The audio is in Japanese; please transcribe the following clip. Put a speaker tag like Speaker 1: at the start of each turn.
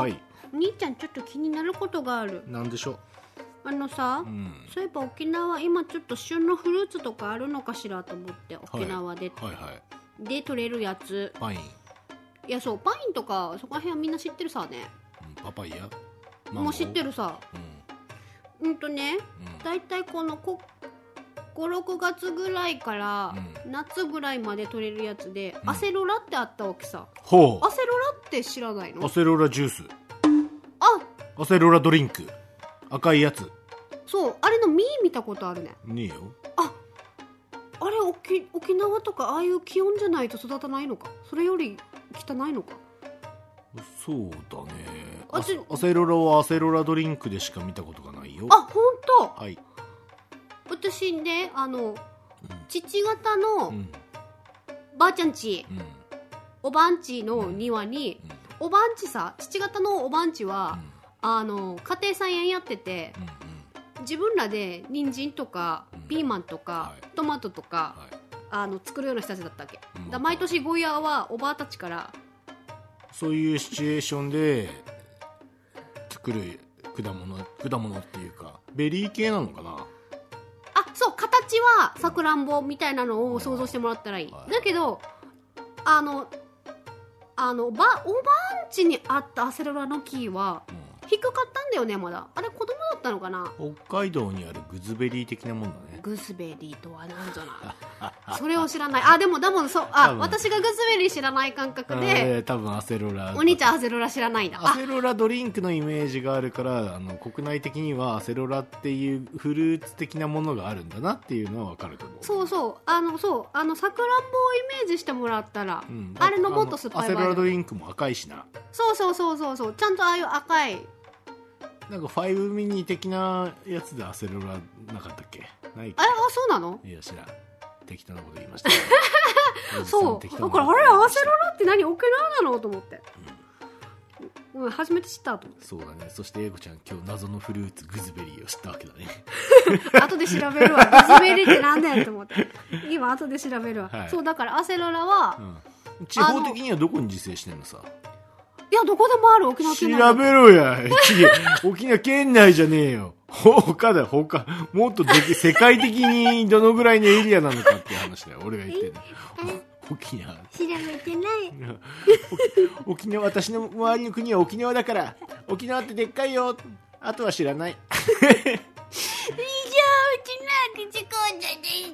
Speaker 1: お兄ちゃんちょっと気になることがある
Speaker 2: なんでしょ
Speaker 1: あのさ、
Speaker 2: う、うん、
Speaker 1: そういえば沖縄今ちょっと旬のフルーツとかあるのかしらと思って沖縄で、
Speaker 2: はいはい
Speaker 1: で取れるやつ
Speaker 2: パイン、
Speaker 1: いやそうパインとかそこら辺はみんな知ってるさね
Speaker 2: うん、パパイヤ
Speaker 1: もう知って
Speaker 2: る
Speaker 1: るさ
Speaker 2: うん
Speaker 1: うんとね
Speaker 2: うん
Speaker 1: だいたいこのこ56月ぐらいから夏ぐらいまで取れるやつで、
Speaker 2: うん
Speaker 1: アセロラってあったわけさ
Speaker 2: ほ
Speaker 1: アセロラって知らないうの
Speaker 2: アセロラジュース
Speaker 1: あ
Speaker 2: アセロラドリンク赤いやつ
Speaker 1: そうあれの実見たことあるね
Speaker 2: ねえよ
Speaker 1: あれ沖沖縄とかああいう気温じゃないと育たないのかそれより汚いのか
Speaker 2: そうだね
Speaker 1: あ
Speaker 2: ア
Speaker 1: ち
Speaker 2: セアセロラはアセロラドリンクでしか見たことがないよ
Speaker 1: あ本当
Speaker 2: はい、
Speaker 1: 私ねあの
Speaker 2: う
Speaker 1: 父方の
Speaker 2: んうん
Speaker 1: ばあちゃんち
Speaker 2: うん
Speaker 1: おばんちの庭におばんちさ父方のおばんちはあの家庭菜園やってて
Speaker 2: うんうん
Speaker 1: 自分らで人参とか
Speaker 2: うん
Speaker 1: ピーマンとか
Speaker 2: は、い
Speaker 1: トマトとか、
Speaker 2: はい
Speaker 1: あの作るような人たちだったわけ、
Speaker 2: うん
Speaker 1: だ毎年ゴーヤーはおばあたちから
Speaker 2: そういうシチュエーションで作る果物果物っていうかベリー系なのかな
Speaker 1: あそう形はさくらんぼみたいなのを想像してもらったらいい、
Speaker 2: はい
Speaker 1: だけどあのあのばおばあんちにあったアセロラの木は低かったんだよねまだあれ子供だったのかな
Speaker 2: うん北海道にあるグズベリー的なもんだね
Speaker 1: グスベリーとは何ぞ なそれを知らないあでもでもそうあ
Speaker 2: 多分
Speaker 1: 私がグスベリー知らない感覚で
Speaker 2: えー多分アセロラ
Speaker 1: お兄ちゃ
Speaker 2: ん
Speaker 1: んアセロラ知らないんだ
Speaker 2: ア
Speaker 1: あ
Speaker 2: セロラドリンクのイメージがあるからあの国内的にはアセロラっていうフルーツ的なものがあるんだなっていうのは分かると思う
Speaker 1: そうそうあのそうあのさくらんぼをイメージしてもらったら、
Speaker 2: うん
Speaker 1: あれのもっと酸っぱい
Speaker 2: アセ
Speaker 1: バ
Speaker 2: ロラ
Speaker 1: ージ
Speaker 2: ド
Speaker 1: ョン
Speaker 2: リンクも赤いしな
Speaker 1: そうそうそうそうそうちゃんとああいう赤い
Speaker 2: なんかファイブミニ的なやつでアセロラなかったっけないっ
Speaker 1: ああそうなの
Speaker 2: けいや知らん適当なこと言いました ね、おじさん
Speaker 1: そう
Speaker 2: 適
Speaker 1: だ
Speaker 2: 当な
Speaker 1: か
Speaker 2: こと
Speaker 1: ら
Speaker 2: 言
Speaker 1: あ
Speaker 2: い
Speaker 1: れ
Speaker 2: ま
Speaker 1: ア
Speaker 2: し
Speaker 1: セ
Speaker 2: た
Speaker 1: ロラって何沖縄なのと思って、うん、初めて知ったと思っ
Speaker 2: そうだねそして英子ちゃん今日謎のフルーツグズベリーを知ったわけだね
Speaker 1: て後で調べ るわグズベリーってなんだよと思って今後で調べるわ、
Speaker 2: はい
Speaker 1: そうだからアセロラは、
Speaker 2: うん地方的にはどこに自生してんのさ
Speaker 1: いやどこでもある沖縄
Speaker 2: 調
Speaker 1: 県内
Speaker 2: べろや 沖縄県内じゃねえよ他だよ他もっとでけ世界的にどのぐらいのエリアなのかっていう話だよ俺が言ってんのお沖縄
Speaker 1: 調べてない
Speaker 2: お沖縄私の周りの国は沖縄だから沖縄ってでっかいよあとは知らない
Speaker 3: じゃあうちなんて時間じゃねえ